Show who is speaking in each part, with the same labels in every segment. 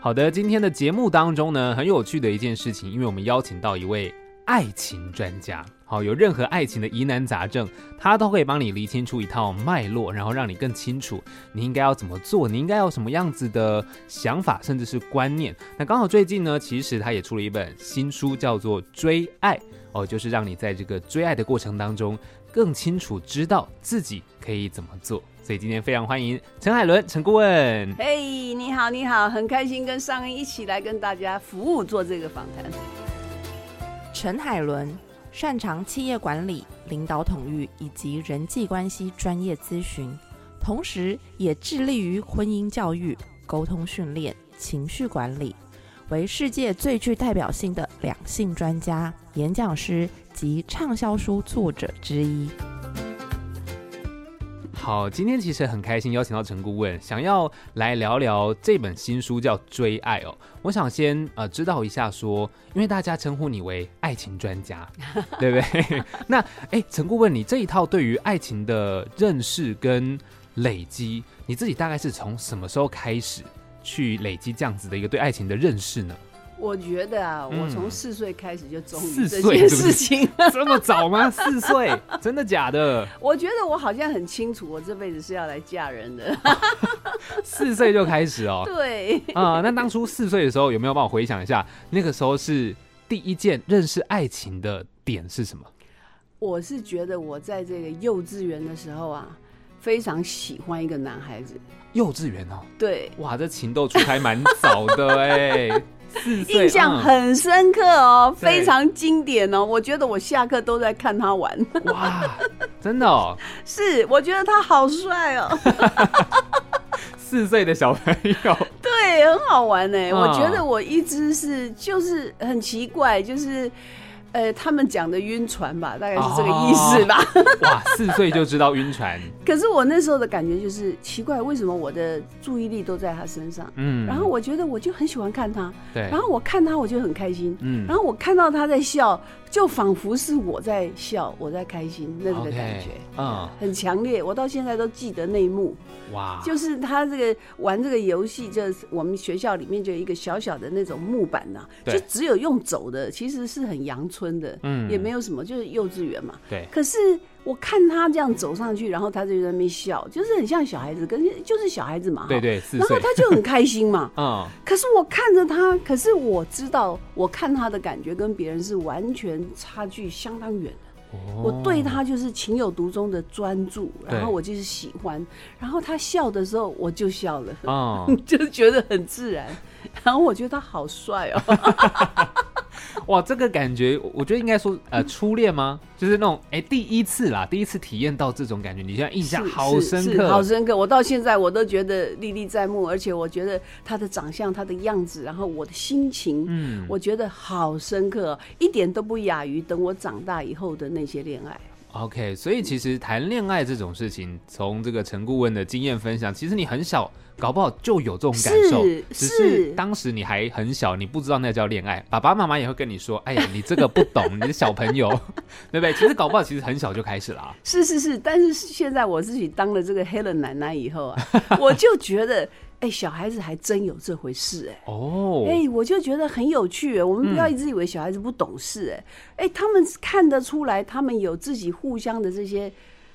Speaker 1: 好的，今天的节目当中呢，很有趣的一件事情，因为我们邀请到一位爱情专家，好，有任何爱情的疑难杂症，他都可以帮你厘清出一套脉络，然后让你更清楚你应该要怎么做，你应该有什么样子的想法，甚至是观念。那刚好最近呢，其实他也出了一本新书，叫做《追爱》，哦，就是让你在这个追爱的过程当中，更清楚知道自己可以怎么做。所以今天非常欢迎陈海伦陈顾问。
Speaker 2: 嘿、你好，你好，很开心跟尚恩一起来跟大家服务做这个访谈。
Speaker 3: 陈海伦擅长企业管理、领导统御以及人际关系专业咨询，同时也致力于婚姻教育、沟通训练、情绪管理，为世界最具代表性的两性专家、演讲师及畅销书作者之一。
Speaker 1: 好，今天其实很开心邀请到陈顾问，想要来聊聊这本新书叫《追爱》哦。我想先呃知道一下说，因为大家称呼你为爱情专家，对不对？ 那哎，陈顾问，你这一套对于爱情的认识跟累积，你自己大概是从什么时候开始去累积这样子的一个对爱情的认识呢？
Speaker 2: 我觉得啊，
Speaker 1: 嗯
Speaker 2: 我从四岁开始就中
Speaker 1: 四
Speaker 2: 意这
Speaker 1: 岁
Speaker 2: 件
Speaker 1: 是不是
Speaker 2: 事情。
Speaker 1: 这么早吗？四岁？真的假的？
Speaker 2: 我觉得我好像很清楚，我这辈子是要来嫁人的。
Speaker 1: 四岁就开始 哦？
Speaker 2: 对，
Speaker 1: 啊、那当初四岁的时候，有没有帮我回想一下，那个时候是第一件认识爱情的点是什么？
Speaker 2: 我是觉得我在这个幼稚园的时候啊，非常喜欢一个男孩子。
Speaker 1: 幼稚园哦，
Speaker 2: 对，
Speaker 1: 哇，这情窦初开蛮早的哎、四岁嗯
Speaker 2: 印象、很深刻哦，
Speaker 1: 对
Speaker 2: 非常经典哦。我觉得我下课都在看他玩，
Speaker 1: 嗯哇，真的哦，
Speaker 2: 是，我觉得他好帅哦。
Speaker 1: 四岁的小朋友，
Speaker 2: 对，很好玩呢、
Speaker 1: 嗯
Speaker 2: 我觉得我一直是就是很奇怪，就是呃，他们讲的晕船吧，大概是这个意思吧。
Speaker 1: 哇，四岁就知道晕船，
Speaker 2: 可是我那时候的感觉就是奇怪，为什么我的注意力都在他身上？
Speaker 1: 嗯，
Speaker 2: 然后我觉得我就很喜欢看他，
Speaker 1: 对，
Speaker 2: 然后我看他我就很开心。
Speaker 1: 嗯
Speaker 2: 然后我看到他在笑，就仿佛是我在笑，我在开心那个感觉
Speaker 1: OK，嗯，
Speaker 2: 很强烈。我到现在都记得那一幕。
Speaker 1: 哇，
Speaker 2: 就是他这个玩这个游戏，就是我们学校里面就有一个小小的那种木板呐、
Speaker 1: 对
Speaker 2: 就只有用走的，其实是很阳春的，
Speaker 1: 嗯
Speaker 2: 也没
Speaker 1: 有
Speaker 2: 有什么，就是幼稚园嘛。
Speaker 1: 对，
Speaker 2: 可是我看他这样走上去，然后他就在那边笑，就是很像小孩子，跟就是小孩子嘛。哈
Speaker 1: 对。对，四
Speaker 2: 然后
Speaker 1: 岁，。
Speaker 2: 他就很开心嘛
Speaker 1: 嗯，
Speaker 2: 可是我看着他，可是我知道，我看他的感觉跟别人是完全差距相当远的。
Speaker 1: 哦
Speaker 2: 我对他就是情有独钟的专注，然后
Speaker 1: 对
Speaker 2: 我就是喜欢，然后他笑的时候我就笑了，
Speaker 1: 哦，嗯，
Speaker 2: 就是觉得很自然。然后我觉得他好帅哦，
Speaker 1: 哇，这个感觉，我我觉得应该说，呃，
Speaker 2: 嗯
Speaker 1: 初恋吗？就是那种，哎、第一次啦，第一次体验到这种感觉，你现在印象
Speaker 2: 是
Speaker 1: 啊好深
Speaker 2: 是是
Speaker 1: 刻，
Speaker 2: 好深刻。我到现在我都觉得历历在目，而且我觉得他的长相、他的样子，然后我的心情，
Speaker 1: 嗯，
Speaker 2: 我觉得好深刻哦，一点都不亚于等我长大以后的那些恋爱。
Speaker 1: OK，所以其实谈恋爱这种事情，从这个陈顾问的经验分享，其实你很小，搞不好就有这种感受，
Speaker 2: 是
Speaker 1: 只
Speaker 2: 是
Speaker 1: 是当时你还很小，你不知道那叫恋爱。爸爸妈妈也会跟你说：“哎呀，你这个不懂，你是小朋友， 对不对？”其实搞不好其实很小就开始了、啊。
Speaker 2: 是是是，但是现在我自己当了这个 Helen 奶奶以后啊， 我就觉得，哎、小孩子还真有这回事哎、
Speaker 1: 哦，
Speaker 2: 哎、我就觉得很有趣。我们不
Speaker 1: 嗯
Speaker 2: 要一直以为小孩子不懂事，哎、哎，他们看得出来，他们有自己互相的这些，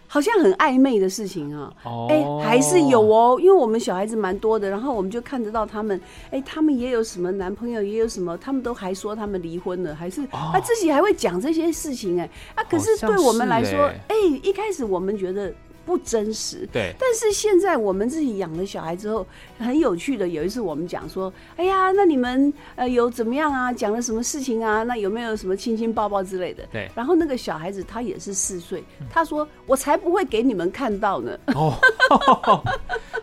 Speaker 2: 好像很暧昧的事情啊。
Speaker 1: 哦
Speaker 2: 哎、还是有哦，因为我们小孩子蛮多的，然后我们就看得到他们，哎、他们也有什么男朋友，也有什么，他们都还说他们离婚了，还是、啊自己还会讲这些事情、哎，啊，可是
Speaker 1: 哦好像
Speaker 2: 对我们来
Speaker 1: 是
Speaker 2: 说，
Speaker 1: 哎
Speaker 2: 哎、一开始我们觉得不真实，
Speaker 1: 对，
Speaker 2: 但是现在我们自己养了小孩之后，很有趣的。有一次我们讲说，哎呀，那你们呃有怎么样啊？讲了什么事情啊？那有没有什么亲亲抱抱之类的？
Speaker 1: 对
Speaker 2: 然后那个小孩子他也是四岁，他说我才不会给你们看到呢。
Speaker 1: 哦，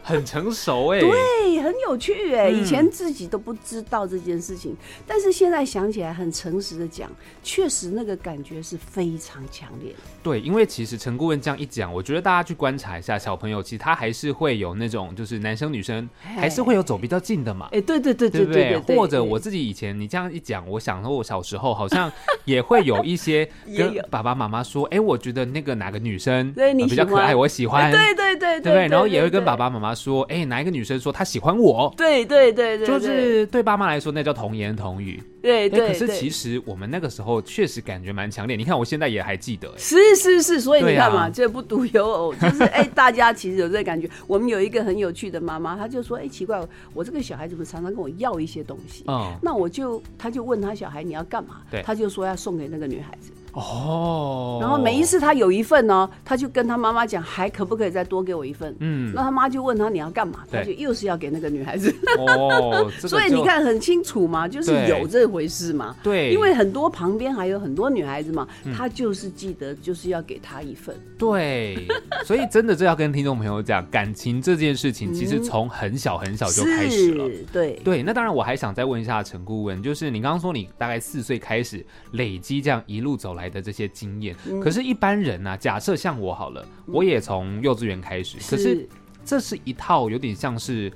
Speaker 1: 很成熟哎、
Speaker 2: 对，很有趣哎，
Speaker 1: 嗯
Speaker 2: 以前自己都不知道这件事情，但是现在想起来，很诚实的讲，确实那个感觉是非常强烈的。
Speaker 1: 对，因为其实陈顾问这样一讲，我觉得大家去观察一下小朋友，其实他还是会有那种就是男生女生还是
Speaker 3: 嘿
Speaker 1: 会有走比较近的嘛。
Speaker 2: 哎，对对对
Speaker 1: 对
Speaker 2: 对
Speaker 1: 不
Speaker 2: 对对，
Speaker 1: 或者我
Speaker 2: 对
Speaker 1: 自己以前你这样一讲，我想说我小时候好像也会有一些
Speaker 2: 也
Speaker 1: 跟
Speaker 2: 有
Speaker 1: 爸爸妈妈说，哎、我觉得那个哪个女生
Speaker 2: 对你
Speaker 1: 呃比较
Speaker 2: 喜
Speaker 1: 可爱，
Speaker 2: 欢哎
Speaker 1: 我喜欢，
Speaker 2: 对对对
Speaker 1: 对不对？然后也会跟爸
Speaker 2: 爸，
Speaker 1: 爸妈妈说，哎、哪一个女生说她喜欢我，
Speaker 2: 对对对对，
Speaker 1: 就
Speaker 2: 对
Speaker 1: 是对爸妈来说那叫童言童语。
Speaker 2: 对
Speaker 1: 哎、
Speaker 2: 对，
Speaker 1: 可是其
Speaker 2: 实
Speaker 1: 实我们那个时候确实感觉蛮强烈，你看我现在也还记得、哎
Speaker 2: 是是是，所以
Speaker 1: 对
Speaker 2: 你看嘛，
Speaker 1: 啊
Speaker 2: 这不独有偶，就是哎，大家其实有这个感觉。我们有一个很有趣的妈妈，她就说：“哎，奇怪，我这个小孩怎么常常跟我要一些东西？”
Speaker 1: 嗯，
Speaker 2: 那我就，他就问他小孩你要干嘛
Speaker 1: 对，
Speaker 2: 他就说要送给那个女孩子。
Speaker 1: 哦，
Speaker 2: 然后每一，次他有一份呢，他就跟他妈妈讲，还可不可以再多给我一份？
Speaker 1: 嗯
Speaker 2: 那，他妈就问他你要干嘛，
Speaker 1: 对
Speaker 2: 他就又是要给那个女孩子。
Speaker 1: 哦，这个
Speaker 2: 所以你
Speaker 1: 就，
Speaker 2: 看很清楚嘛，就是
Speaker 1: 对
Speaker 2: 有这回事嘛。
Speaker 1: 对，嗯
Speaker 2: 因为很多旁边还有很多女孩子嘛，她就是记得就是要给他一份，
Speaker 1: 对，所以真的这要跟听众朋友讲，感情这件事情其实从很小很小就开始了。
Speaker 2: 嗯是，对，
Speaker 1: 对，那当然，我还想再问一下陈顾问，就是你刚刚说你大概四岁开始累积这样一路走来的这些经验，
Speaker 2: 嗯
Speaker 1: 可是，一般人呢、假设像我好了，我也从幼稚园开始，可是这是一套有点像是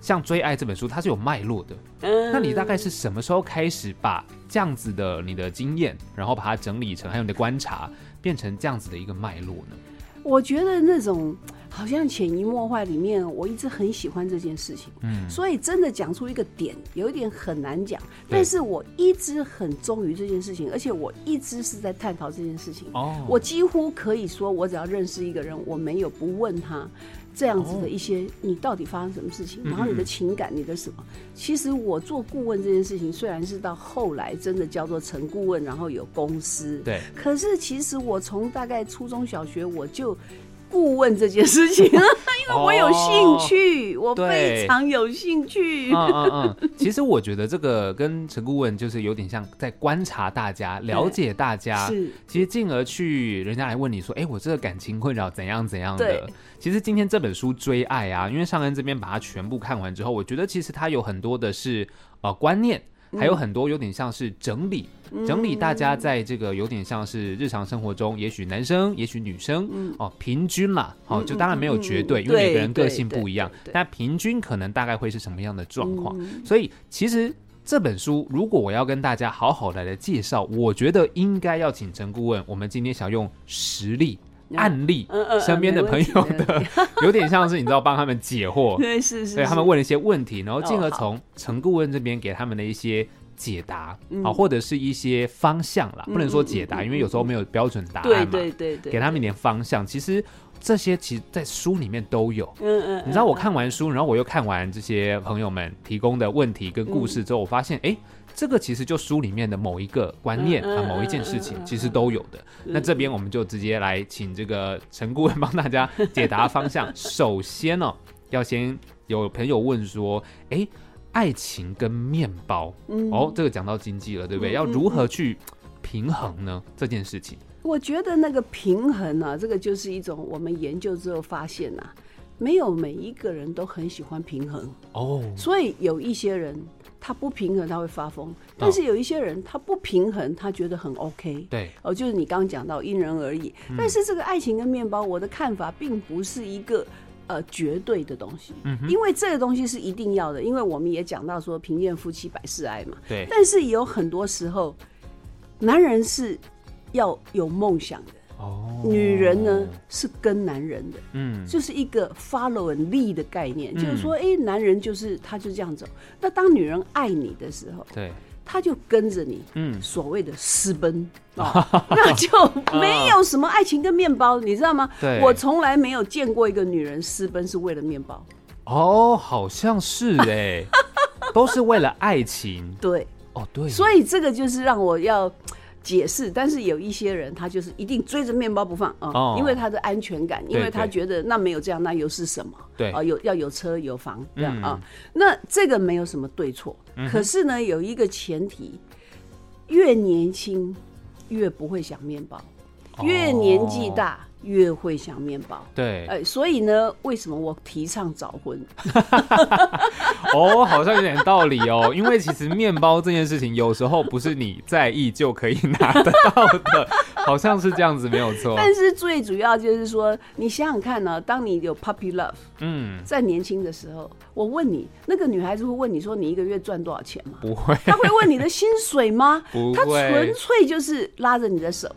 Speaker 1: 像《追爱》这本书，它是有脉络的。
Speaker 2: 嗯
Speaker 1: 那你大概是什么时候开始把这样子的你的经验，然后把它整理成还有你的观察，变成这样子的一个脉络呢？
Speaker 2: 我觉得那种好像潜移默化里面，我一直很喜欢这件事情，
Speaker 1: 嗯
Speaker 2: 所以真的讲出一个点，有一点很难讲，
Speaker 1: 对
Speaker 2: 但是我一直很忠于这件事情，而且我一直是在探讨这件事情。
Speaker 1: 哦，
Speaker 2: 我几乎可以说，我只要认识一个人，我没有不问他这样子的一些，你到底发生什么事情，
Speaker 1: 哦嗯
Speaker 2: 然后你的情感，你的什么？其实我做顾问这件事情，虽然是到后来真的叫做成顾问，然后有公司，
Speaker 1: 对，
Speaker 2: 可是其实我从大概初中小学我就。顾问这件事 情，因为
Speaker 1: 哦
Speaker 2: 我有兴趣，我
Speaker 1: 对
Speaker 2: 非常有兴趣。
Speaker 1: 嗯嗯嗯，其实我觉得这个跟陈顾问就是有点像在观察大家，了解大家，
Speaker 2: 是，
Speaker 1: 其实进而去人家来问你说，哎、我这个感情困扰怎样怎样的
Speaker 2: 对。
Speaker 1: 其实今天这本书《追爱》啊，因为尚恩这边把它全部看完之后，我觉得其实它有很多的是呃观念。
Speaker 2: 嗯
Speaker 1: 还有很多有点像是整理，整理大家在这个有点像是日常生活中，也许男生，也许女生，哦，平均啦，哦，
Speaker 2: 嗯
Speaker 1: 就当然没有绝对，
Speaker 2: 嗯嗯嗯
Speaker 1: 因为每个
Speaker 2: 对
Speaker 1: 人个
Speaker 2: 对
Speaker 1: 性
Speaker 2: 对
Speaker 1: 不一样
Speaker 2: 对，对
Speaker 1: 但平均可能大概会是什么样的状况？
Speaker 2: 嗯
Speaker 1: 所以其实这本书，如果我要跟大家好好的来介绍，我觉得应该要请陈顾问。我们今天想用实例、
Speaker 2: 嗯
Speaker 1: 案 例
Speaker 2: 嗯嗯，
Speaker 1: 身边的朋友
Speaker 2: 没问题没
Speaker 1: 的，有点像是你知道帮他们解惑，
Speaker 2: 对，是是，
Speaker 1: 对他们
Speaker 2: 是
Speaker 1: 问了一些问题，然后进而
Speaker 2: 哦好
Speaker 1: 从陈顾问这边给他们的一些。解答
Speaker 2: 嗯
Speaker 1: 啊，或者是一些方向啦，
Speaker 2: 嗯
Speaker 1: 不能说解答，
Speaker 2: 嗯嗯
Speaker 1: 因为有时候没有标准答
Speaker 2: 对
Speaker 1: 案嘛，
Speaker 2: 对对对，
Speaker 1: 给他们一点方向。其实这些其实，在书里面都有，
Speaker 2: 嗯，嗯嗯，
Speaker 1: 你知道我看完书，然后我又看完这些朋友们提供的问题跟故事之后，我发现，哎、这个其实就书里面的某一个观念
Speaker 2: 嗯嗯嗯
Speaker 1: 啊，某一件事情其实都有的。那这边我们就直接来请这个陈顾问帮大家解答方 向。首先呢、要先有朋友问说，哎，爱情跟面包，
Speaker 2: 嗯
Speaker 1: 哦，这个讲到经济了，对不对？
Speaker 2: 嗯
Speaker 1: 要如何去平衡呢？这件事情，
Speaker 2: 我觉得那个平衡呢、这个就是一种我们研究之后发现呐、没有每一个人都很喜欢平衡，
Speaker 1: 哦，
Speaker 2: 所以有一些人他不平衡他会发
Speaker 1: 哦
Speaker 2: 疯，但是有一些人他不平衡他觉得很 OK。
Speaker 1: 对，
Speaker 2: 哦，就是你刚刚讲到因人而异，
Speaker 1: 嗯
Speaker 2: 但是这个爱情跟面包，我的看法并不是一个呃绝对的东西，
Speaker 1: 嗯哼，
Speaker 2: 因为这个东西是一定要的，因为我们也讲到说贫贱夫妻百事哀嘛，
Speaker 1: 对，
Speaker 2: 但是有很多时候，男人是要有梦想的，
Speaker 1: 哦，
Speaker 2: 女人呢，是跟男人的，
Speaker 1: 嗯，
Speaker 2: 就是一个 follow and lead 的概念，
Speaker 1: 嗯
Speaker 2: 就是说，哎、男人就是他就这样走。那当女人爱你的时候，
Speaker 1: 对，
Speaker 2: 他就跟着你。
Speaker 1: 嗯。
Speaker 2: 所谓的私奔 啊，那就没有什么爱情跟面包，你知道吗
Speaker 1: 对？
Speaker 2: 我从来没有见过一个女人私奔是为了面包。
Speaker 1: 哦，好像是 哎、都是为了爱情
Speaker 2: 对，
Speaker 1: 哦，对，
Speaker 2: 所
Speaker 1: 以
Speaker 2: 以这个就是让我要解释，但是有一些人他就是一定追着面包不放啊、
Speaker 1: 哦
Speaker 2: 因为他的安全感，因为他
Speaker 1: 对
Speaker 2: 觉得那没有这样，那又是什么？
Speaker 1: 对
Speaker 2: 啊、有要有车有房这样
Speaker 1: 嗯
Speaker 2: 啊、那这个没有什么对错，可是呢，有一个前提，
Speaker 1: 哦
Speaker 2: 越年轻越不会想面包，越年纪大。越会想面包。
Speaker 1: 对，
Speaker 2: 呃，所以呢，为什么我提倡早婚？
Speaker 1: 哦，好像有点道理 哦，因为其实面包这件事情有时候不是你在意就可以拿得到的，好像是这样子，没有错。
Speaker 2: 但是最主要就是说，你想想看呢、当你有 puppy love，
Speaker 1: 嗯，
Speaker 2: 在年轻的时候，我问你，那个女孩子会问你说你一个月赚多少钱吗？
Speaker 1: 不会，？
Speaker 2: 她会问你的薪水吗
Speaker 1: 不
Speaker 2: 她
Speaker 1: 会
Speaker 2: 纯，粹就是拉着你的手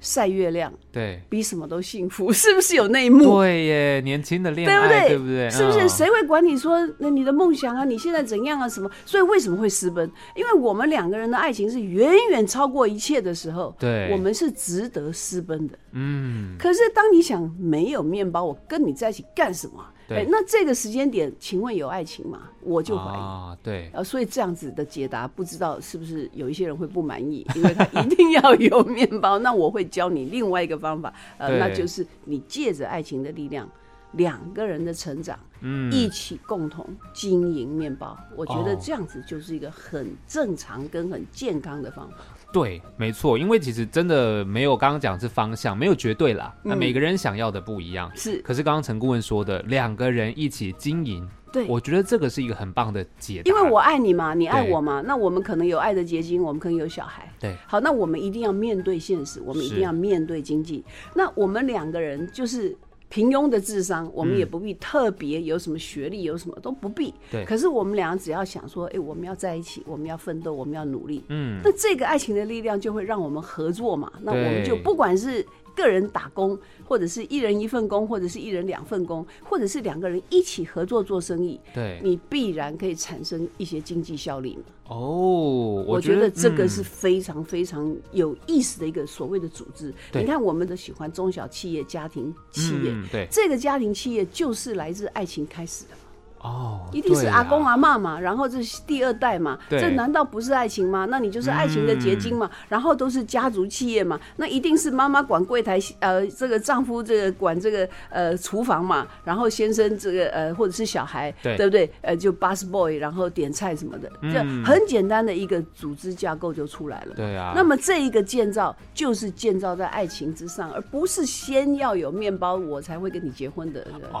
Speaker 2: 晒月亮，
Speaker 1: 对，
Speaker 2: 比什么都幸福，是不是有那一幕？
Speaker 1: 对耶，年轻的恋
Speaker 2: 对不
Speaker 1: 爱，
Speaker 2: 对？
Speaker 1: 对不对？
Speaker 2: 是不是？
Speaker 1: 嗯
Speaker 2: 谁会管你说那你的梦想啊？你现在怎样啊？什么？所以为什么会私奔？因为我们两个人的爱情是远远超过一切的时候，
Speaker 1: 对
Speaker 2: 我们是值得私奔的。
Speaker 1: 嗯，
Speaker 2: 可是当你想没有面包，我跟你在一起干什么啊？
Speaker 1: 对
Speaker 2: 哎那这个时间点，请问有爱情吗？我就怀疑。
Speaker 1: 啊，对，
Speaker 2: 呃，所以这样子的解答，不知道是不是有一些人会不满意， 因为他一定要有面包。那我会教你另外一个方法，呃，
Speaker 1: 对
Speaker 2: 那就是你借着爱情的力量，两个人的成长，
Speaker 1: 嗯，
Speaker 2: 一起共同经营面包。我觉得
Speaker 1: 哦
Speaker 2: 这样子就是一个很正常跟很健康的方法。
Speaker 1: 对，没错，因为其实真的没有刚刚讲是方向，没有绝对啦，那
Speaker 2: 嗯
Speaker 1: 每个人想要的不一样。
Speaker 2: 是
Speaker 1: 可是刚刚陈顾问说的，两个人一起经营，
Speaker 2: 对，
Speaker 1: 我觉得这个是一个很棒的解答。
Speaker 2: 因为我爱你嘛，你爱
Speaker 1: 对
Speaker 2: 我嘛，那我们可能有爱的结晶，我们可能有小孩。
Speaker 1: 对，
Speaker 2: 好，那我们一定要面对现实，我们一
Speaker 1: 是
Speaker 2: 定要面对经济。那我们两个人就是平庸的智商，我们也不必特别有什么学历，有什么都不必。
Speaker 1: 对
Speaker 2: 可是我们俩只要想说，哎、我们要在一起，我们要奋斗，我们要努力。
Speaker 1: 嗯，
Speaker 2: 那这个爱情的力量就会让我们合作嘛。那我们就
Speaker 1: 对
Speaker 2: 不管是个人打工，或者是一人一份工，或者是一人两份工，或者是两个人一起合作做生意，
Speaker 1: 对，
Speaker 2: 你必然可以产生一些经济效力嘛。
Speaker 1: 哦，我
Speaker 2: 我觉得这个
Speaker 1: 嗯
Speaker 2: 是非常非常有意思的一个所谓的组织。
Speaker 1: 对
Speaker 2: 你看，我们都喜欢中小企业、家庭企业，
Speaker 1: 嗯、对
Speaker 2: 这个家庭企业就是来自爱情开始的嘛，
Speaker 1: 哦，
Speaker 2: 一定是
Speaker 1: 对
Speaker 2: 阿公
Speaker 1: 啊，
Speaker 2: 阿妈嘛，然后这是第二代嘛，
Speaker 1: 对嗯
Speaker 2: 这难道不是爱情吗？那你就是爱情的结晶嘛，然后都是家族企业嘛，那一定是妈妈管柜台，呃，这个丈夫这个管这个呃厨房嘛，然后先生这个呃或者是小孩，
Speaker 1: 对
Speaker 2: 不对？呃，就 bus boy，然后点菜什么的，这
Speaker 1: 嗯
Speaker 2: 很简单的一个组织架构就出来了。
Speaker 1: 对啊，
Speaker 2: 那么这一个建造就是建造在爱情之上，而不是先要有面包我才会跟你结婚的。
Speaker 1: 哦
Speaker 2: 呃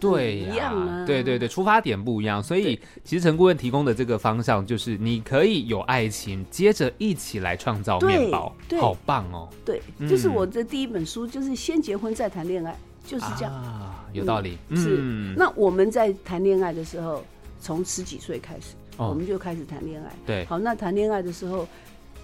Speaker 1: 对
Speaker 2: 一
Speaker 1: 呀、
Speaker 2: 样啊。
Speaker 1: 对对对，出发点不一样，所以其实陈顾问提供的这个方向就是，你可以有爱情，接着一起来创造面包，
Speaker 2: 对对
Speaker 1: 好棒哦，
Speaker 2: 对
Speaker 1: 嗯，
Speaker 2: 就是我的第一本书，就是先结婚再谈恋爱，就是这样。
Speaker 1: 啊，有道理，
Speaker 2: 是
Speaker 1: 嗯，
Speaker 2: 那我们在谈恋爱的时候，从十几岁开始，
Speaker 1: 哦
Speaker 2: 我们就开始谈恋爱。
Speaker 1: 对
Speaker 2: 好，那谈恋爱的时候，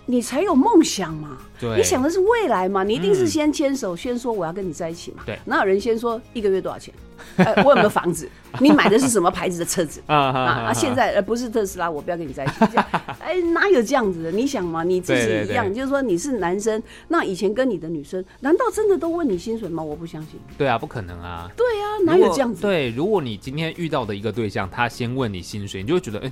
Speaker 2: 你才有梦想嘛。
Speaker 1: 对，啊
Speaker 2: 你想的是未来嘛？你一定
Speaker 1: 嗯
Speaker 2: 是先牵手，先说我要跟你在一起嘛。
Speaker 1: 对
Speaker 2: 哪有人先说一个月多少钱？呃，我有没有 房子？你买的是什么牌子的车子？
Speaker 1: 啊啊
Speaker 2: 啊啊！现在呃不是特斯拉，我不要跟你在一起。 这样哎，哪有这样子的？你想嘛，你自
Speaker 1: 对对
Speaker 2: 己
Speaker 1: 对
Speaker 2: 一样，就是说你是男生，那以前跟你的女生，难道真的都问你薪水吗？我不相信。
Speaker 1: 对啊，不可能啊。
Speaker 2: 对啊，哪有
Speaker 1: 如果
Speaker 2: 这样子？
Speaker 1: 对，如果你今天遇到的一个对象，他先问你薪水，你就会觉得，哎、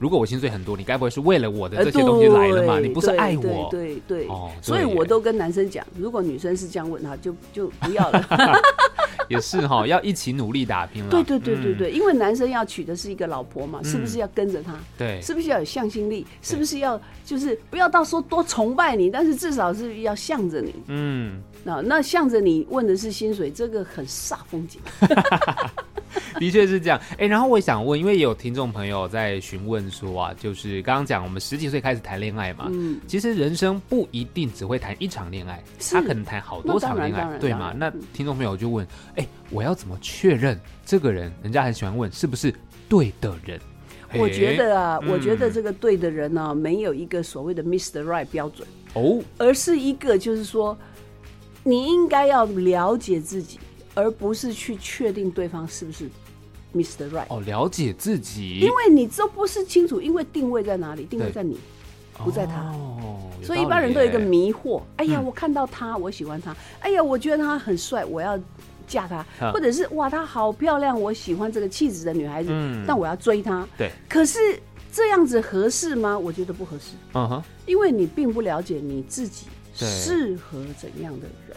Speaker 1: 如果我薪水很多，你该不会是为了我的
Speaker 2: 呃
Speaker 1: 这些东西来了嘛？
Speaker 2: 对
Speaker 1: 你不是
Speaker 2: 对
Speaker 1: 爱我？
Speaker 2: 对对对
Speaker 1: 哦
Speaker 2: 所以
Speaker 1: 对耶
Speaker 2: 我都跟男生讲，如果女生是这样问他，就就不 要了。
Speaker 1: 也是哈、要一起努力打拼了。
Speaker 2: 对对对对
Speaker 1: 嗯
Speaker 2: 对，因为男生要娶的是一个老婆嘛，是不是要跟着她？
Speaker 1: 对，
Speaker 2: 是不是要有向心力？是不是要就是不要到说多崇拜你，但是至少是要向着你。
Speaker 1: 嗯，
Speaker 2: 那那向着你问的是薪水，这个很煞风景。
Speaker 1: 的确是这样。哎、然后我也想问，因为也有听众朋友在询问说啊，就是刚刚讲我们十几岁开始谈恋爱嘛，
Speaker 2: 嗯，
Speaker 1: 其实人生不一定只会谈一场恋爱，
Speaker 2: 是
Speaker 1: 他可能谈好多场恋
Speaker 2: 那当
Speaker 1: 爱，
Speaker 2: 然
Speaker 1: 对
Speaker 2: 当
Speaker 1: 吗？
Speaker 2: 然
Speaker 1: 那
Speaker 2: 嗯
Speaker 1: 听众朋友就问，哎、我要怎么确认这个人？人家很喜欢问是不是对的人？
Speaker 2: 我觉
Speaker 1: 哎
Speaker 2: 得啊，
Speaker 1: 嗯
Speaker 2: 我觉得这个对的人呢、没有一个所谓的 Mr. Right 标准，
Speaker 1: 哦，
Speaker 2: 而是一个就是说，你应该要了解自己，而不是去确定对方是不是 Mr. Right。
Speaker 1: 哦，了解自己，
Speaker 2: 因为你都不是清楚，因为定位在哪里？定位
Speaker 1: 对
Speaker 2: 在你，不在他
Speaker 1: 哦、有
Speaker 2: 所以
Speaker 1: 道
Speaker 2: 一般
Speaker 1: 理
Speaker 2: 人都有一
Speaker 1: 耶
Speaker 2: 个迷惑。哎呀，
Speaker 1: 嗯
Speaker 2: 我看到他，我喜欢他。哎呀，我觉得他很帅，我要嫁他
Speaker 1: 啊。
Speaker 2: 或者是哇，她好漂亮，我喜欢这个气质的女孩子
Speaker 1: 嗯，
Speaker 2: 但我要追她。
Speaker 1: 对，
Speaker 2: 可是这样子合适吗？我觉得不合适，
Speaker 1: 嗯哼，
Speaker 2: 因为你并不了解你自己
Speaker 1: 对
Speaker 2: 适合怎样的人，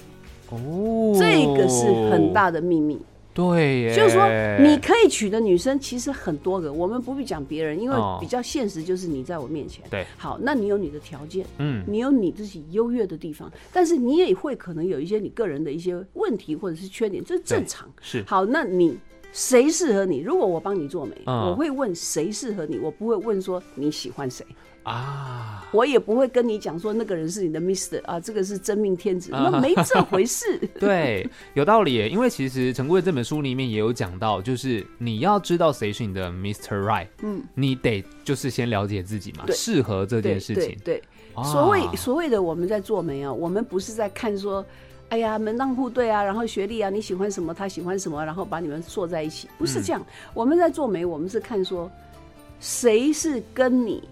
Speaker 1: 哦，
Speaker 2: 这个是很大的秘密。
Speaker 1: 对耶，
Speaker 2: 就是说你可以娶的女生其实很多个，我们不必讲别人，因为
Speaker 1: 哦
Speaker 2: 比较现实就是你在我面前。
Speaker 1: 对，
Speaker 2: 好，那你有你的条件，
Speaker 1: 嗯
Speaker 2: 你有你自己优越的地方，但是你也会可能有一些你个人的一些问题或者是缺点，这正常。
Speaker 1: 是
Speaker 2: 好，那你谁适合你？如果我帮你做媒，
Speaker 1: 嗯
Speaker 2: 我会问谁适合你，我不会问说你喜欢谁，
Speaker 1: 啊，
Speaker 2: 我也不会跟你讲说那个人是你的 Mister 啊，这个是真命天子，
Speaker 1: 啊
Speaker 2: 那没这回事。
Speaker 1: 对，有道理耶。因为其实陈贵这本书里面也有讲到，就是你要知道谁是你的 Mr. Right，
Speaker 2: 嗯，
Speaker 1: 你得就是先了解自己嘛，
Speaker 2: 对
Speaker 1: 适合 这
Speaker 2: 对
Speaker 1: 件事
Speaker 2: 对
Speaker 1: 情。
Speaker 2: 对，
Speaker 1: 哇
Speaker 2: 所谓所谓的我们在做媒啊，我们不是在看说。哎呀，门当户对啊，然后学历啊，你喜欢什么，他喜欢什么，然后把你们坐在一起，不是这样。我们在做媒，我们是看说谁是跟你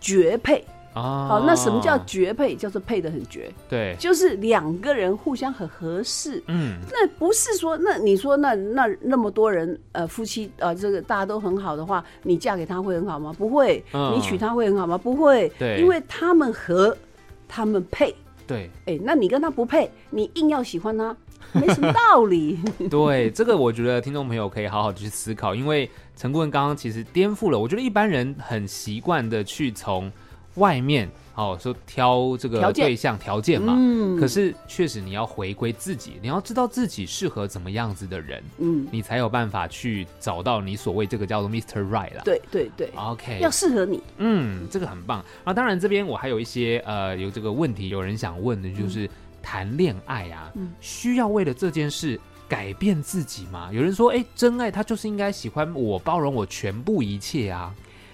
Speaker 2: 绝配。
Speaker 1: 啊，
Speaker 2: 好、那什么叫绝配？叫做配的很绝，
Speaker 1: 对？
Speaker 2: 就是两个人互相很合适。
Speaker 1: 嗯，
Speaker 2: 那不是说，那你说那那那么多人呃夫妻呃这个大家都很好的话，你嫁给他会很好吗？不会。
Speaker 1: 嗯
Speaker 2: 你娶她会很好吗？不会。
Speaker 1: 对
Speaker 2: 因为他们合，他们配。
Speaker 1: 对
Speaker 2: 哎、那你跟他不配，你硬要喜欢他，没什么道 理。
Speaker 1: 对，这个我觉得听众朋友可以好好的去思考，因为陈顾问刚刚其实颠覆了，我觉得一般人很习惯的去从外面哦说挑这个
Speaker 2: 条件
Speaker 1: 对象条件嘛，
Speaker 2: 嗯
Speaker 1: 可是确实你要回归自己，你要知道自己适合怎么样子的人，
Speaker 2: 嗯，
Speaker 1: 你才有办法去找到你所谓这个叫做 Mr. Right 啦。
Speaker 2: 对对对，
Speaker 1: ，OK，
Speaker 2: 要适合你。
Speaker 1: 嗯，这个很棒啊。当然，这边我还有一些呃，有这个问题，有人想问的就是，谈恋爱啊，
Speaker 2: 嗯
Speaker 1: 需要为了这件事改变自己吗？有人说，哎，真爱他就是应该喜欢我，包容我全部一切啊。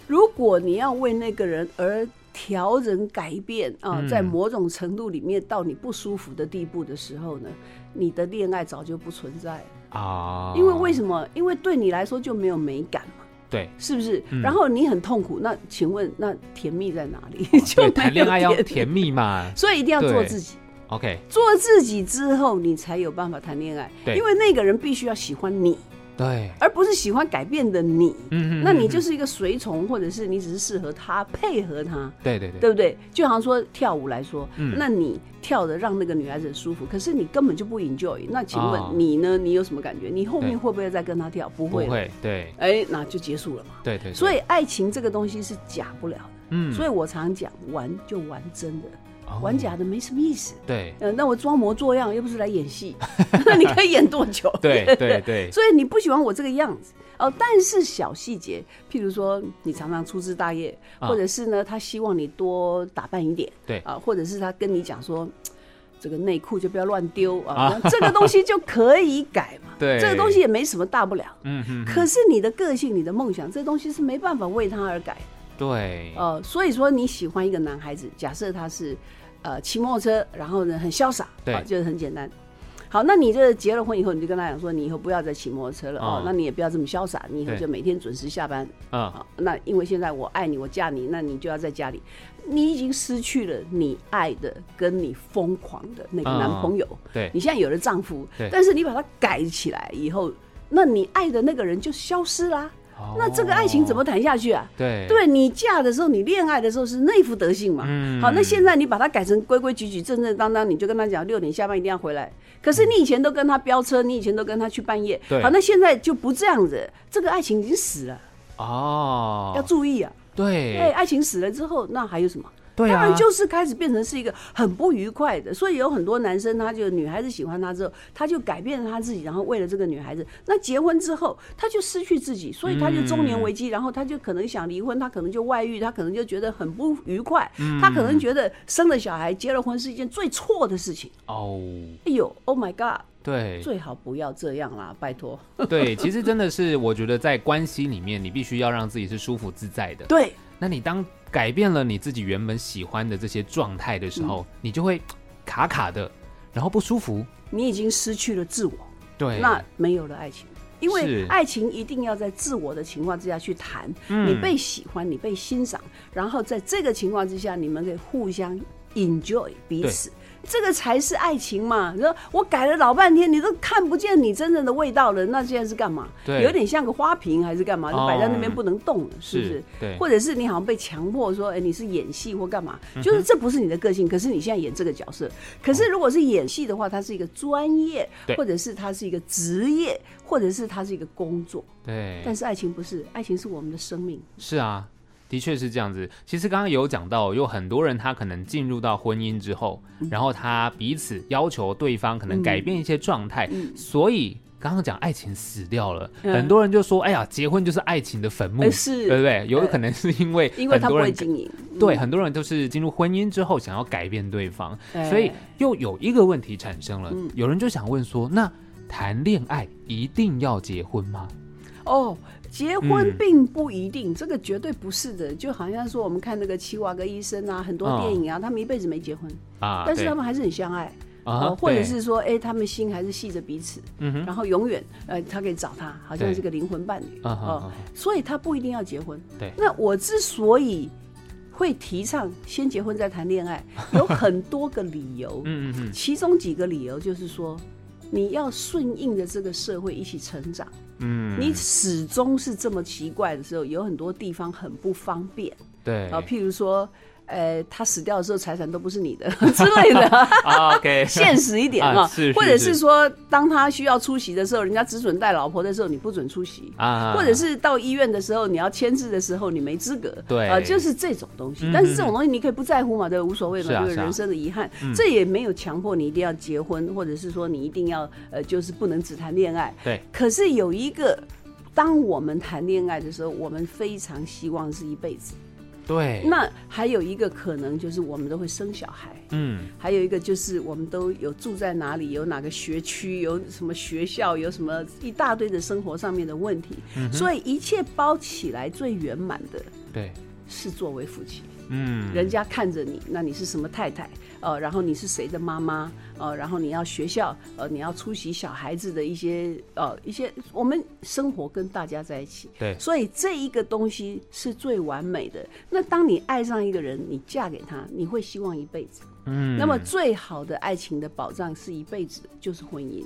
Speaker 2: 如果你要为那个人而调整改变啊
Speaker 1: 嗯，
Speaker 2: 在某种程度里面到你不舒服的地步的时候呢，你的恋爱早就不存在了。
Speaker 1: 啊，
Speaker 2: 因为为
Speaker 1: 么？
Speaker 2: 什么？因为对你来说就没有美感嘛，
Speaker 1: 对，
Speaker 2: 是不是？
Speaker 1: 嗯
Speaker 2: 然后你很痛苦，那请问那甜蜜在哪里？
Speaker 1: 对，
Speaker 2: 就没有
Speaker 1: 谈恋爱要
Speaker 2: 甜
Speaker 1: 甜蜜嘛。
Speaker 2: 所以一定要做
Speaker 1: 对
Speaker 2: 自己。
Speaker 1: OK，
Speaker 2: 做自己之后，你才有办法谈恋爱。
Speaker 1: 对
Speaker 2: 因为那个人必须要喜欢你，
Speaker 1: 对，
Speaker 2: 而不是喜欢改变的你。
Speaker 1: 嗯
Speaker 2: 那你就是是一个随从，或者是你只是适合他，配合他，
Speaker 1: 嗯对对对，
Speaker 2: 对不对？就好像说跳舞来说，
Speaker 1: 嗯
Speaker 2: 那你跳的让那个女孩子很舒服，可是你根本就不 enjoy。那请问
Speaker 1: 哦
Speaker 2: 你呢？你有什么感觉？你后
Speaker 1: 对
Speaker 2: 面会不会再跟他跳？不
Speaker 1: 不
Speaker 2: 会了，
Speaker 1: 会，对
Speaker 2: 哎，那就结束了嘛。
Speaker 1: 对对，
Speaker 2: 所
Speaker 1: 以
Speaker 2: 以爱情这个东西是假不了的，
Speaker 1: 嗯
Speaker 2: 所以我常讲玩就玩真的，
Speaker 1: 哦
Speaker 2: 玩假的没什么意思。
Speaker 1: 对
Speaker 2: 嗯，那我装模作样，又不是来 演戏，那你可以演多久？
Speaker 1: 对对 对，
Speaker 2: 所以你不喜欢我这个样子哦，但是小细节，譬如说你常常粗枝大叶，
Speaker 1: 啊
Speaker 2: 或者是呢，他希望你多打扮一点，
Speaker 1: 对
Speaker 2: 啊，或者是他跟你讲说，嘖这个内裤就不要乱丢啊
Speaker 1: 啊，
Speaker 2: 这个东西就可以改嘛，
Speaker 1: 对
Speaker 2: 这个东西也没什么大不了。
Speaker 1: 嗯哼哼，
Speaker 2: 可是你的个性、你的梦想，这东西是没办法为他而改。
Speaker 1: 对，
Speaker 2: 呃，所以说你喜欢一个男孩子，假设他是呃骑摩托车，然后呢很潇洒，
Speaker 1: 对
Speaker 2: 啊就是很简单。好，那你这结了婚以后，你就跟他讲说，你以后不要再骑摩托车了哦
Speaker 1: 哦
Speaker 2: 那你也不要这么潇洒，你以后
Speaker 1: 对
Speaker 2: 就每天准时下班
Speaker 1: 嗯
Speaker 2: 啊、那因为现在我爱你，我嫁你，那你就要在家里，你已经失去了你爱的跟你疯狂的那个男朋友。
Speaker 1: 对
Speaker 2: 你现在有了丈夫
Speaker 1: 嗯对，
Speaker 2: 但是你把他改起来以后，那你爱的那个人就消失啦、那这个爱情怎么
Speaker 1: 哦
Speaker 2: 谈下去啊？
Speaker 1: 对
Speaker 2: 对你嫁的时候，你恋爱的时候是那副德性嘛？
Speaker 1: 嗯
Speaker 2: 好，那现在你把它改成规规矩矩、正正当当，你就跟他讲六点下班一定要回来。可是你以前都跟他飙车，你以前都跟他去半夜
Speaker 1: 对，
Speaker 2: 好，那现在就不这样子，这个爱情已经死了，
Speaker 1: 哦，
Speaker 2: 要注意啊！
Speaker 1: 对，
Speaker 2: 哎，爱情死了之后，那还有什么？
Speaker 1: 对啊，
Speaker 2: 当然就是开始变成是一个很不愉快的，所以有很多男生，他就女孩子喜欢他之后，他就改变了他自己，然后为了这个女孩子，那结婚之后他就失去自己，所以他就中年危机，
Speaker 1: 嗯
Speaker 2: 然后他就可能想离婚，他可能就外遇，他可能就觉得很不愉快，
Speaker 1: 嗯
Speaker 2: 他可能觉得生了小孩结了婚是一件最错的事情。
Speaker 1: 哦，
Speaker 2: 哎呦，Oh my God，
Speaker 1: 对
Speaker 2: 最好不要这样啦，拜托。
Speaker 1: 对，其实真的是我觉得在关系里面，你必须要让自己是舒服自在的。
Speaker 2: 对，
Speaker 1: 那你当改变了你自己原本喜欢的这些状态的时
Speaker 2: 嗯
Speaker 1: 候，你就会卡卡的，然后不舒服。
Speaker 2: 你已经失去了自我，
Speaker 1: 对，
Speaker 2: 那没有了爱情。因为
Speaker 1: 哎是
Speaker 2: 爱情一定要在自我的情况之下去谈，
Speaker 1: 嗯
Speaker 2: 你被喜欢，你被欣赏，然后在这个情况之下，你们可以互相 enjoy 彼此。这个才是爱情嘛！你说我改了老半天，你都看不见你真正的味道了，那现在是干嘛？
Speaker 1: 对，
Speaker 2: 有点像个花瓶还是干嘛，就摆在那边
Speaker 1: 哦
Speaker 2: 不能动了，是不是？
Speaker 1: 对，
Speaker 2: 或者是你好像被强迫说，哎，你是演戏或干嘛，
Speaker 1: 嗯
Speaker 2: 就是这不是你的个性，可是你现在演这个角色。可是如果是演戏的话，它是一个专业
Speaker 1: 对，
Speaker 2: 或者是它是一个职业，或者是它是一个工作。
Speaker 1: 对，
Speaker 2: 但是爱情不是，爱情是我们的生命。
Speaker 1: 是啊，的确是这样子。其实刚刚有讲到，有很多人他可能进入到婚姻之后，
Speaker 2: 嗯
Speaker 1: 然后他彼此要求对方可能改变一些状态，
Speaker 2: 嗯
Speaker 1: 所以。刚刚讲爱情死掉了，
Speaker 2: 嗯
Speaker 1: 很多人就说：“哎呀，结婚就是爱情的坟墓，
Speaker 2: 呃是
Speaker 1: 对不对？”有可能是因为
Speaker 2: 因为
Speaker 1: 很
Speaker 2: 他不
Speaker 1: 多
Speaker 2: 会嗯
Speaker 1: 人
Speaker 2: 经营，
Speaker 1: 对很多人都是进入婚姻之后想要改变对方，
Speaker 2: 哎
Speaker 1: 所以又有一个问题产生了
Speaker 2: 嗯，
Speaker 1: 有人就想问说：“那谈恋爱一定要结婚吗
Speaker 2: 哦，结婚
Speaker 1: 嗯
Speaker 2: 并不一定，这个绝对不是的。就好像说我们看那个七娃哥医生啊，很多
Speaker 1: 哦
Speaker 2: 电影啊，他们一辈子没结婚，？”
Speaker 1: 啊，
Speaker 2: 但是
Speaker 1: 对
Speaker 2: 他们还是很相爱，
Speaker 1: 啊
Speaker 2: 哦或者
Speaker 1: 对
Speaker 2: 是说，哎、他们心还是系着彼此，
Speaker 1: 嗯哼
Speaker 2: 然后永远，呃，他可以找他，好像
Speaker 1: 对
Speaker 2: 是个灵魂伴侣，
Speaker 1: 啊哈
Speaker 2: 哦
Speaker 1: 啊哈
Speaker 2: 所以他不一定要结婚。
Speaker 1: 对
Speaker 2: 那我之所以会提倡先结婚再谈恋爱，有很多个理 由，
Speaker 1: 嗯嗯嗯。
Speaker 2: 其中几个理由就是说，你要顺应着这个社会一起成长。
Speaker 1: 嗯，
Speaker 2: 你始终是这么奇怪的时候，有很多地方很不方便
Speaker 1: 对
Speaker 2: 啊，譬如说，呃，他死掉的时候财产都不是你的 之类的，
Speaker 1: 啊 OK，
Speaker 2: 现实一点啊
Speaker 1: 啊是是，
Speaker 2: 或者
Speaker 1: 是
Speaker 2: 是说，当他需要出席的时候，人家只准带老婆的时候，你不准出席。
Speaker 1: 啊，
Speaker 2: 或者是到医院的时候，你要签字的时候，你没资格，
Speaker 1: 对
Speaker 2: 啊、就是这种东西
Speaker 1: 嗯。
Speaker 2: 但是这种东西你可以不在乎嘛，对，无所谓嘛，
Speaker 1: 是啊
Speaker 2: 就是
Speaker 1: 是啊
Speaker 2: 人生的遗憾。这也没有强迫你一定要结婚，或者是说你一定要呃，就是不能只谈恋爱。
Speaker 1: 对
Speaker 2: 可是有一个，当我们谈恋爱的时候，我们非常希望是一辈子。
Speaker 1: 对，
Speaker 2: 那还有一个可能就是我们都会生小孩，
Speaker 1: 嗯
Speaker 2: 还有一个就是我们都有住在哪里，有哪个学区，有什么学校，有什么一大堆的生活上面的问题。所以一切包起来最圆满的
Speaker 1: 对，
Speaker 2: 是作为夫妻。
Speaker 1: 嗯
Speaker 2: 人家看着你，那你是什么太太？呃，然后你是谁的妈妈？呃，然后你要学校，呃，你要出席小孩子的一些呃一些，我们生活跟大家在一起，
Speaker 1: 对
Speaker 2: 所以这一个东西是最完美的。那当你爱上一个人，你嫁给他，你会希望一辈子。
Speaker 1: 嗯，
Speaker 2: 那么最好的爱情的保障是一辈子，就是婚姻。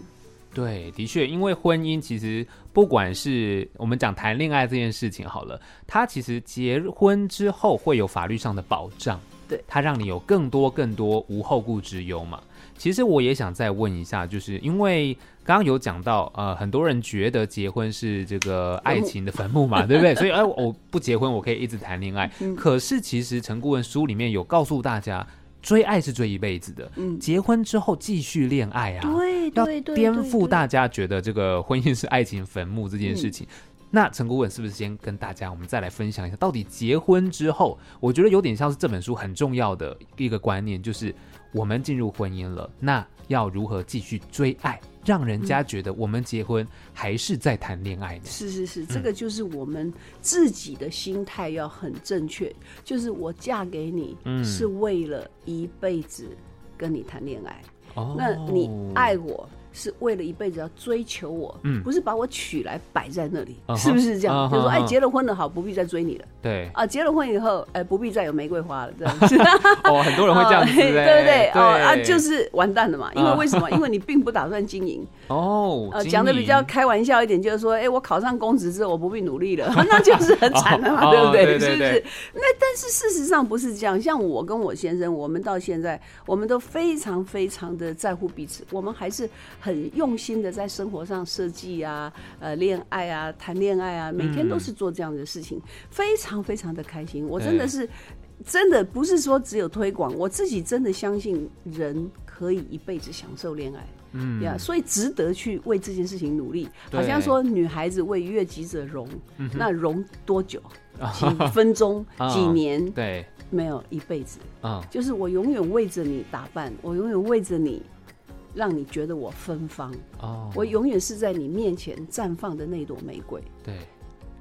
Speaker 1: 对，的确，因为婚姻其实不管是我们讲谈恋爱这件事情好了，它其实结婚之后会有法律上的保障，
Speaker 2: 对，
Speaker 1: 它让你有更多更多无后顾之忧嘛。其实我也想再问一下，就是因为刚刚有讲到，呃，很多人觉得结婚是这个爱情的坟墓嘛，对不对？所以，哎、我不结婚，我可以一直谈恋爱。
Speaker 2: 嗯
Speaker 1: 可是，其实陈顾问书里面有告诉大家，追爱是追一辈子的，
Speaker 2: 嗯，
Speaker 1: 结婚之后继续恋爱啊。
Speaker 2: 对
Speaker 1: 要
Speaker 2: 对对，嗯
Speaker 1: 颠覆大家觉得这个婚姻是爱情坟墓这件事情。那陈顾问是不是先跟大家，我们再来分享一下，到底结婚之后，我觉得有点像是这本书很重要的一个观念，就是我们进入婚姻了，那要如何继续追爱，让人家觉得我们结婚还是在谈恋爱呢？
Speaker 2: 是是
Speaker 1: 嗯
Speaker 2: 是，这个就是我们自己的心态要很正确，就是我嫁给你
Speaker 1: 嗯
Speaker 2: 是为了一辈子跟你谈恋爱，
Speaker 1: 哦
Speaker 2: 那你爱我。是为了一辈子要追求我，
Speaker 1: 嗯
Speaker 2: 不是把我娶来摆在那里
Speaker 1: 啊哈
Speaker 2: 是不是这样
Speaker 1: 啊哈
Speaker 2: 就说哎，
Speaker 1: 啊哈
Speaker 2: 结了婚了，好，不必再追你了
Speaker 1: 对
Speaker 2: 啊，结了婚以后，哎，不必再有玫瑰花了，这样子。
Speaker 1: 哦，很多人会这样子，
Speaker 2: 哦
Speaker 1: 对不
Speaker 2: 对不对？哦啊，
Speaker 1: 对啊
Speaker 2: 就是完蛋了嘛，因为为什么？因为你并不打算经营，
Speaker 1: 哦，
Speaker 2: 呃，
Speaker 1: 经
Speaker 2: 讲的比较
Speaker 1: 营
Speaker 2: 开玩笑一点，就是说，哎、我考上公职之后，我不必努力了， 那就是很惨了嘛，
Speaker 1: 哦
Speaker 2: 对不对？
Speaker 1: 对对
Speaker 2: 是不
Speaker 1: 对
Speaker 2: 是？那但是事实上不是这样，像我跟我先生，我们到现在，我们都非常非常的在乎彼此，我们还是很用心的在生活上设计啊，呃，恋爱啊，谈恋爱啊，每
Speaker 1: 嗯
Speaker 2: 天都是做这样的事情，非常非常的开心。我真的
Speaker 1: 对
Speaker 2: 是。真的不是说只有推广，我自己真的相信人可以一辈子享受恋爱。
Speaker 1: 嗯
Speaker 2: 呀所以值得去为这件事情努力。好像
Speaker 1: 对嗯
Speaker 2: 说女孩子为悦己者容，那容多 久？几分钟
Speaker 1: 啊、
Speaker 2: 几年？
Speaker 1: 对，
Speaker 2: 没有一辈子。
Speaker 1: 嗯，
Speaker 2: 就是我永远为着你打扮，我永远为着你，让你觉得我芬芳，
Speaker 1: 哦，
Speaker 2: 我永远是在你面前绽放的那朵玫瑰。
Speaker 1: 对，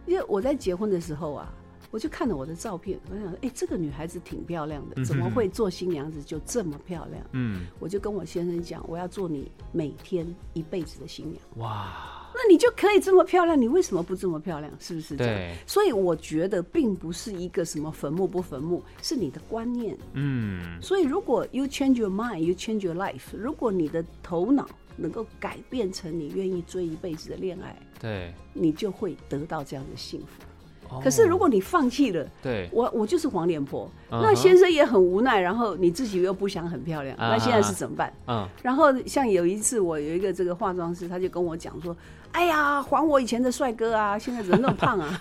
Speaker 2: 因为我在结婚的时候啊，我就看了我的照片，我想，哎、这个女孩子挺漂亮的，
Speaker 1: 嗯
Speaker 2: 怎么
Speaker 1: 哼
Speaker 2: 会做新娘子就这么漂亮？
Speaker 1: 嗯，
Speaker 2: 我就跟我先生讲，我要做你每天一辈子的新娘。
Speaker 1: 哇，
Speaker 2: 那你就可以这么漂亮，你为什么不这么漂亮？是不是这样？
Speaker 1: 对，
Speaker 2: 所以我觉得并不是一个什么坟墓不坟墓，是你的观念。
Speaker 1: 嗯，
Speaker 2: 所以如果 you change your mind, you change your life，如果你的头脑能够改变成你愿意追一辈子的恋爱，
Speaker 1: 对。
Speaker 2: 你就会得到这样的幸福。
Speaker 1: 哦
Speaker 2: 可是如果你放弃了，
Speaker 1: 对
Speaker 2: 我我就是黄脸婆，
Speaker 1: 嗯哼
Speaker 2: 那先生也很无奈，然后你自己又不想很漂亮，
Speaker 1: 啊
Speaker 2: 那现在是怎么办？
Speaker 1: 嗯
Speaker 2: 然后像有一次，我有一个这个化妆师，他就跟我讲说：“哎呀，还我以前的帅哥啊，现在怎么那么胖啊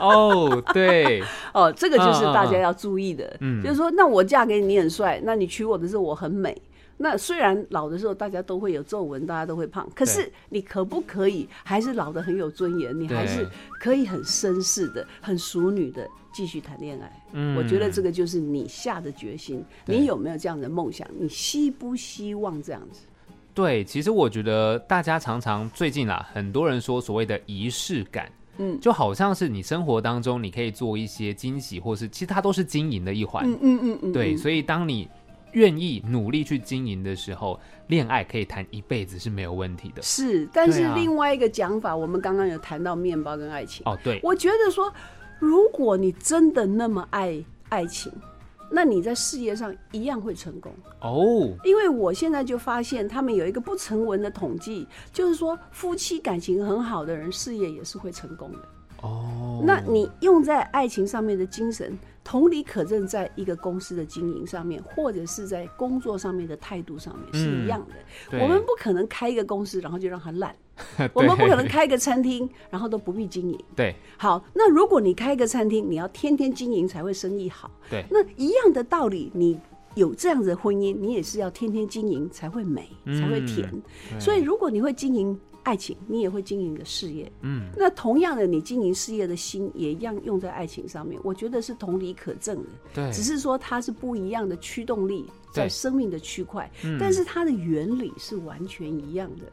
Speaker 1: 哦对？”
Speaker 2: 哦，这个就
Speaker 1: 嗯
Speaker 2: 是
Speaker 1: 嗯嗯
Speaker 2: 大家要注意的，
Speaker 1: 嗯
Speaker 2: 就是说，那我嫁给你很帅，那你娶我的时候我很美。那虽然老的时候大家都会有皱纹，大家都会胖，可是你可不可以还是老的很有尊严？你还是
Speaker 1: 对
Speaker 2: 可以很绅士的、很淑女的继续谈恋爱。
Speaker 1: 嗯
Speaker 2: 我觉得这个就是你下的决心，
Speaker 1: 对
Speaker 2: 你有没有这样的梦想？你希不希望这样子？
Speaker 1: 对，其实我觉得大家常常最近啊，很多人说所谓的仪式感，
Speaker 2: 嗯
Speaker 1: 就好像是你生活当中你可以做一些惊喜，或是其实它都是经营的一环。
Speaker 2: 嗯嗯嗯嗯，
Speaker 1: 对，
Speaker 2: 嗯
Speaker 1: 所以当你愿意努力去经营的时候，恋爱可以谈一辈子是没有问题的。
Speaker 2: 是。但
Speaker 1: 对
Speaker 2: 是
Speaker 1: 啊
Speaker 2: 另外一个讲法，我们刚刚有谈到面包跟爱情，
Speaker 1: 哦，对，
Speaker 2: 我觉得说，如果你真的那么爱爱情，那你在事业上一样会成功。
Speaker 1: 哦，
Speaker 2: 因为我现在就发现，他们有一个不成文的统计，就是说夫妻感情很好的人，事业也是会成功的。
Speaker 1: 哦，
Speaker 2: 那你用在爱情上面的精神，同理可证，在一个公司的经营上面，或者是在工作上面的态度上面是
Speaker 1: 嗯
Speaker 2: 一样的。
Speaker 1: 对
Speaker 2: 我们不可能开一个公司，然后就让它烂；
Speaker 1: 对
Speaker 2: 我们不可能开一个餐厅，然后都不必经营。
Speaker 1: 对
Speaker 2: 好，那如果你开一个餐厅，你要天天经营才会生意好。
Speaker 1: 对
Speaker 2: 那一样的道理，你有这样子的婚姻，你也是要天天经营才会美，
Speaker 1: 嗯
Speaker 2: 才会甜。
Speaker 1: 对
Speaker 2: 所以，如果你会经营爱情，你也会经营你的事业。
Speaker 1: 嗯，
Speaker 2: 那同样的，你经营事业的心也一样用在爱情上面，我觉得是同理可证的，
Speaker 1: 对，
Speaker 2: 只是说它是不一样的驱动力在
Speaker 1: 对
Speaker 2: 生命的区块，
Speaker 1: 嗯
Speaker 2: 但是它的原理是完全一样的。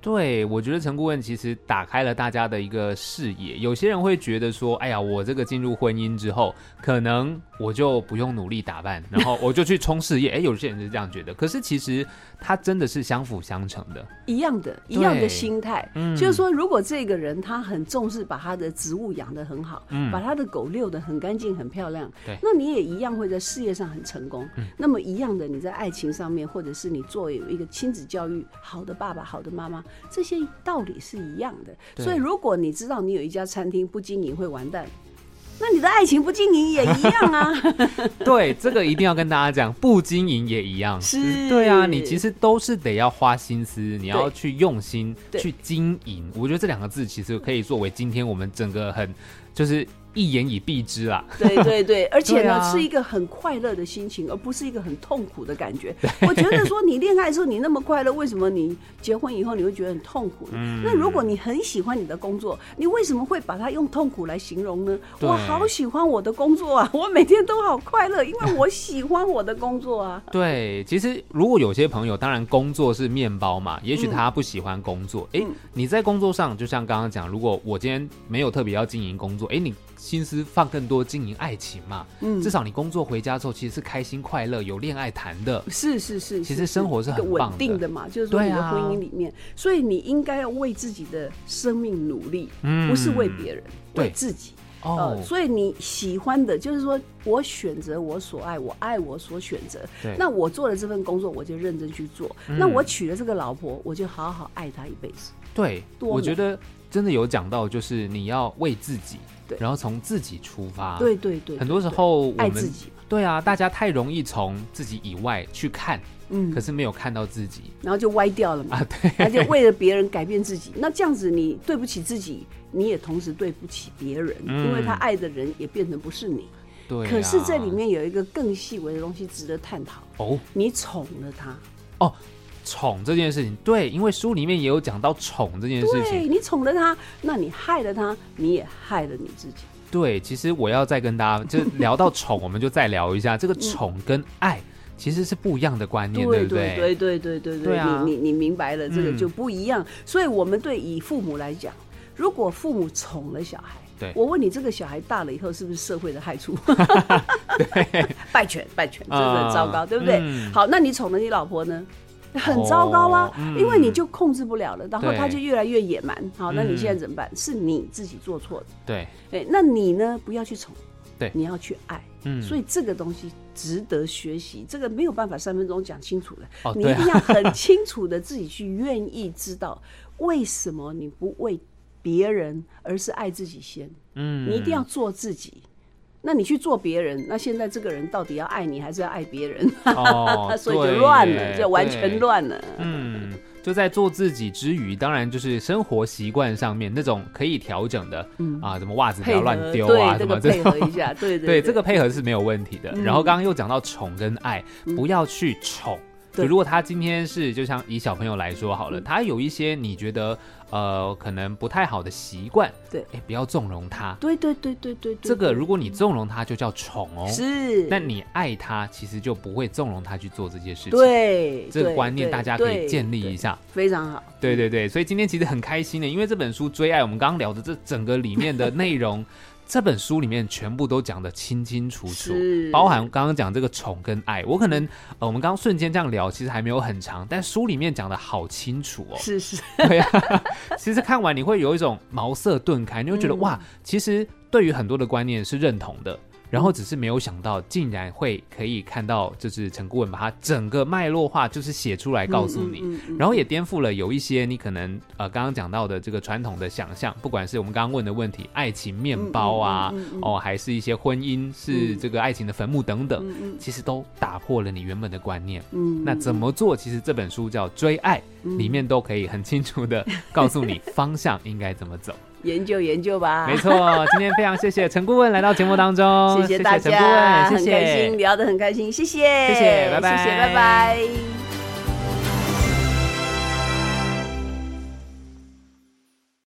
Speaker 1: 对，我觉得陈顾问其实打开了大家的一个视野。有些人会觉得说，哎呀，我这个进入婚姻之后，可能我就不用努力打扮，然后我就去冲事业。哎，有些人是这样觉得，可是其实它真的是相辅相成的。
Speaker 2: 一样的，一样
Speaker 1: 对
Speaker 2: 的心态，
Speaker 1: 嗯
Speaker 2: 就是说，如果这个人他很重视把他的植物养得很好，
Speaker 1: 嗯
Speaker 2: 把他的狗遛得很干净、很漂亮
Speaker 1: 对，嗯
Speaker 2: 那你也一样会在事业上很成功。那么一样的，你在爱情上面，或者是你作为一个亲子教育好的爸爸、好的妈妈，这些道理是一样的。
Speaker 1: 对
Speaker 2: 所以，如果你知道你有一家餐厅不经营会完蛋，那你的爱情不经营也一 样啊。
Speaker 1: 对，这个一定要跟大家讲，不经营也一样。
Speaker 2: 是
Speaker 1: 对啊，你其实都是得要花心思，你要
Speaker 2: 对
Speaker 1: 去用心
Speaker 2: 对
Speaker 1: 去经营。我觉得这两个字其实可以作为今天我们整个很就是一言以蔽之啦。
Speaker 2: 对对对，而且
Speaker 1: 对
Speaker 2: 呢、
Speaker 1: 啊
Speaker 2: 是一个很快乐的心情，而不是一个很痛苦的 感觉。我觉得说你恋爱的时候你那么快乐，为什么你结婚以后你会觉得很痛苦 呢？
Speaker 1: 嗯
Speaker 2: 那如果你很喜欢你的工作，你为什么会把它用痛苦来形容呢？
Speaker 1: 对
Speaker 2: 我好喜欢我的工作啊， 我每天都好快乐，因为我喜欢我的工作啊。
Speaker 1: 对，其实如果有些朋友，当然工作是面包嘛，也许他不喜欢工作，诶，
Speaker 2: 嗯
Speaker 1: 你在工作上，就像刚刚讲，如果我今天没有特别要经营工作，诶，你心思放更多经营爱情嘛，
Speaker 2: 嗯
Speaker 1: 至，少你工作回家之后其实是开心快乐，有恋爱谈的，
Speaker 2: 是是是，
Speaker 1: 其实
Speaker 2: 是
Speaker 1: 生活是
Speaker 2: 一个
Speaker 1: 很
Speaker 2: 稳
Speaker 1: 棒
Speaker 2: 定
Speaker 1: 的
Speaker 2: 的嘛，就是说
Speaker 1: 对
Speaker 2: 你的
Speaker 1: 啊
Speaker 2: 婚姻里面，所以你应该要为自己的生命努力，
Speaker 1: 嗯
Speaker 2: 不是为别人，
Speaker 1: 对
Speaker 2: 为自己。
Speaker 1: 哦
Speaker 2: 呃，，所以你喜欢的，就是说我选择我所爱，我爱我所选择。
Speaker 1: 对，
Speaker 2: 那我做了这份工作，我就认真去做。
Speaker 1: 嗯
Speaker 2: 那我娶了这个老婆，我就好好爱她一辈子。
Speaker 1: 对，
Speaker 2: 多
Speaker 1: 我
Speaker 2: 么
Speaker 1: 觉得真的有讲到，就是你要为自己，
Speaker 2: 对
Speaker 1: 然后从自己出发，
Speaker 2: 对对对，
Speaker 1: 啊很多时
Speaker 2: 对
Speaker 1: 候我
Speaker 2: 爱自
Speaker 1: 们
Speaker 2: 己嘛，
Speaker 1: 对啊，大家太容易从自己以外去看，
Speaker 2: 嗯
Speaker 1: 可，是没有看到自己。
Speaker 2: 然后就歪掉了嘛。
Speaker 1: 啊，对，
Speaker 2: 那就为了别人改变自己，那这样子你对不起自己，你也同时对不起别人，
Speaker 1: 嗯
Speaker 2: 因为他爱的人也变成不是你。
Speaker 1: 对、啊
Speaker 2: 可是这里面有一个更细微的东西值得探讨，
Speaker 1: 哦，
Speaker 2: 你宠了他，
Speaker 1: 宠这件事情，对，因为书里面也有讲到宠这件事
Speaker 2: 对
Speaker 1: 情。
Speaker 2: 你宠了他，那你害了他，你也害了你自己。
Speaker 1: 对，其实我要再跟大家就聊到宠，我们就再聊一下这个宠跟爱其实是不一样的观念，
Speaker 2: 对
Speaker 1: 不对？
Speaker 2: 对对对对
Speaker 1: 对啊
Speaker 2: 你你你明白了，这个
Speaker 1: 嗯
Speaker 2: 就不一样。所以我们对以父母来讲，如果父母宠了小孩，
Speaker 1: 对
Speaker 2: 我问你，这个小孩大了以后是不是社会的害 处？败犬败犬，真的
Speaker 1: 啊
Speaker 2: 很糟糕，对不对？
Speaker 1: 嗯
Speaker 2: 好，那你宠了你老婆呢？很糟糕啊
Speaker 1: 哦，嗯
Speaker 2: 因为你就控制不了了，然后
Speaker 1: 对
Speaker 2: 他就越来越野蛮。好，那你
Speaker 1: 嗯
Speaker 2: 现在怎么办？是你自己做错的。
Speaker 1: 对，
Speaker 2: 哎，那你呢？不要去宠，
Speaker 1: 对
Speaker 2: 你要去爱。
Speaker 1: 嗯，
Speaker 2: 所以这个东西值得学习，这个没有办法三分钟讲清楚的，
Speaker 1: 哦，
Speaker 2: 你
Speaker 1: 对
Speaker 2: 一
Speaker 1: 啊
Speaker 2: 定要很清楚的自己去愿意知道，为什么你不为别人，而是爱自己先。
Speaker 1: 嗯，
Speaker 2: 你一定要做自己。那你去做别人，那现在这个人到底要爱你还是要爱别人？，
Speaker 1: 哦
Speaker 2: 所以就
Speaker 1: 对
Speaker 2: 乱
Speaker 1: 耶
Speaker 2: 了，就完全。
Speaker 1: 对
Speaker 2: 乱了。
Speaker 1: 嗯，就在做自己之余，当然就是生活习惯上面那种可以调整的，
Speaker 2: 嗯
Speaker 1: 啊，什么袜子不
Speaker 2: 配
Speaker 1: 要
Speaker 2: 合
Speaker 1: 乱丢啊，什
Speaker 2: 对这
Speaker 1: 么
Speaker 2: 个
Speaker 1: 这
Speaker 2: 配
Speaker 1: 种
Speaker 2: 合一下，对对
Speaker 1: 对这个配合是没有问题的。
Speaker 2: 嗯
Speaker 1: 然后刚刚又讲到宠跟爱，
Speaker 2: 嗯
Speaker 1: 不要去宠。就
Speaker 2: 对
Speaker 1: 如果他今天是就像以小朋友来说好了，
Speaker 2: 嗯
Speaker 1: 他有一些你觉得呃可能不太好的习惯，
Speaker 2: 对
Speaker 1: 哎，不要纵容他。
Speaker 2: 对对对对对对，
Speaker 1: 这个
Speaker 2: 对
Speaker 1: 如果你纵容他，就叫宠哦。
Speaker 2: 是
Speaker 1: 那你爱他，其实就不会纵容他去做这些事情。，
Speaker 2: 对
Speaker 1: 这个
Speaker 2: 对
Speaker 1: 观念
Speaker 2: 对
Speaker 1: 大家可以
Speaker 2: 对
Speaker 1: 建立
Speaker 2: 对
Speaker 1: 一下。
Speaker 2: 非常好。
Speaker 1: 对对对，所以今天其实很开心的，因为这本书《追爱》，我们刚刚聊的这整个里面的内容，这本书里面全部都讲得清清楚楚，
Speaker 2: 是
Speaker 1: 包含刚刚讲这个宠跟爱。我可
Speaker 2: 嗯
Speaker 1: 能呃，我们刚刚瞬间这样聊，其实还没有很长，但书里面讲的好清楚哦。
Speaker 2: 是是，
Speaker 1: 对啊，其实看完你会有一种茅塞顿开，你会觉得、
Speaker 2: 嗯
Speaker 1: 哇，其实对于很多的观念是认同的。然后只是没有想到，竟然会可以看到，就是陈顾问把它整个脉络化，就是写出来告诉你。
Speaker 2: 嗯嗯嗯
Speaker 1: 然后也颠覆了有一些你可能呃刚刚讲到的这个传统的想象，不管是我们刚刚问的问题，爱情面包啊，
Speaker 2: 嗯嗯嗯嗯嗯
Speaker 1: 哦，还是一些婚姻是
Speaker 2: 嗯
Speaker 1: 这个爱情的坟墓等等，
Speaker 2: 嗯嗯
Speaker 1: 其实都打破了你原本的观念。
Speaker 2: 嗯
Speaker 1: 那怎么做？其实这本书叫《追爱》，里面都可以很清楚的告诉 你方向应该怎么走。
Speaker 2: 研究研究吧？
Speaker 1: 没错，今天非常谢谢陈顾问来到节目当中，
Speaker 2: 谢
Speaker 1: 谢
Speaker 2: 大
Speaker 1: 陈顾问，
Speaker 2: 家，
Speaker 1: 谢
Speaker 2: 很开
Speaker 1: 谢
Speaker 2: 心，。聊得很开心，谢谢，
Speaker 1: 谢谢拜拜
Speaker 2: 谢谢，拜拜。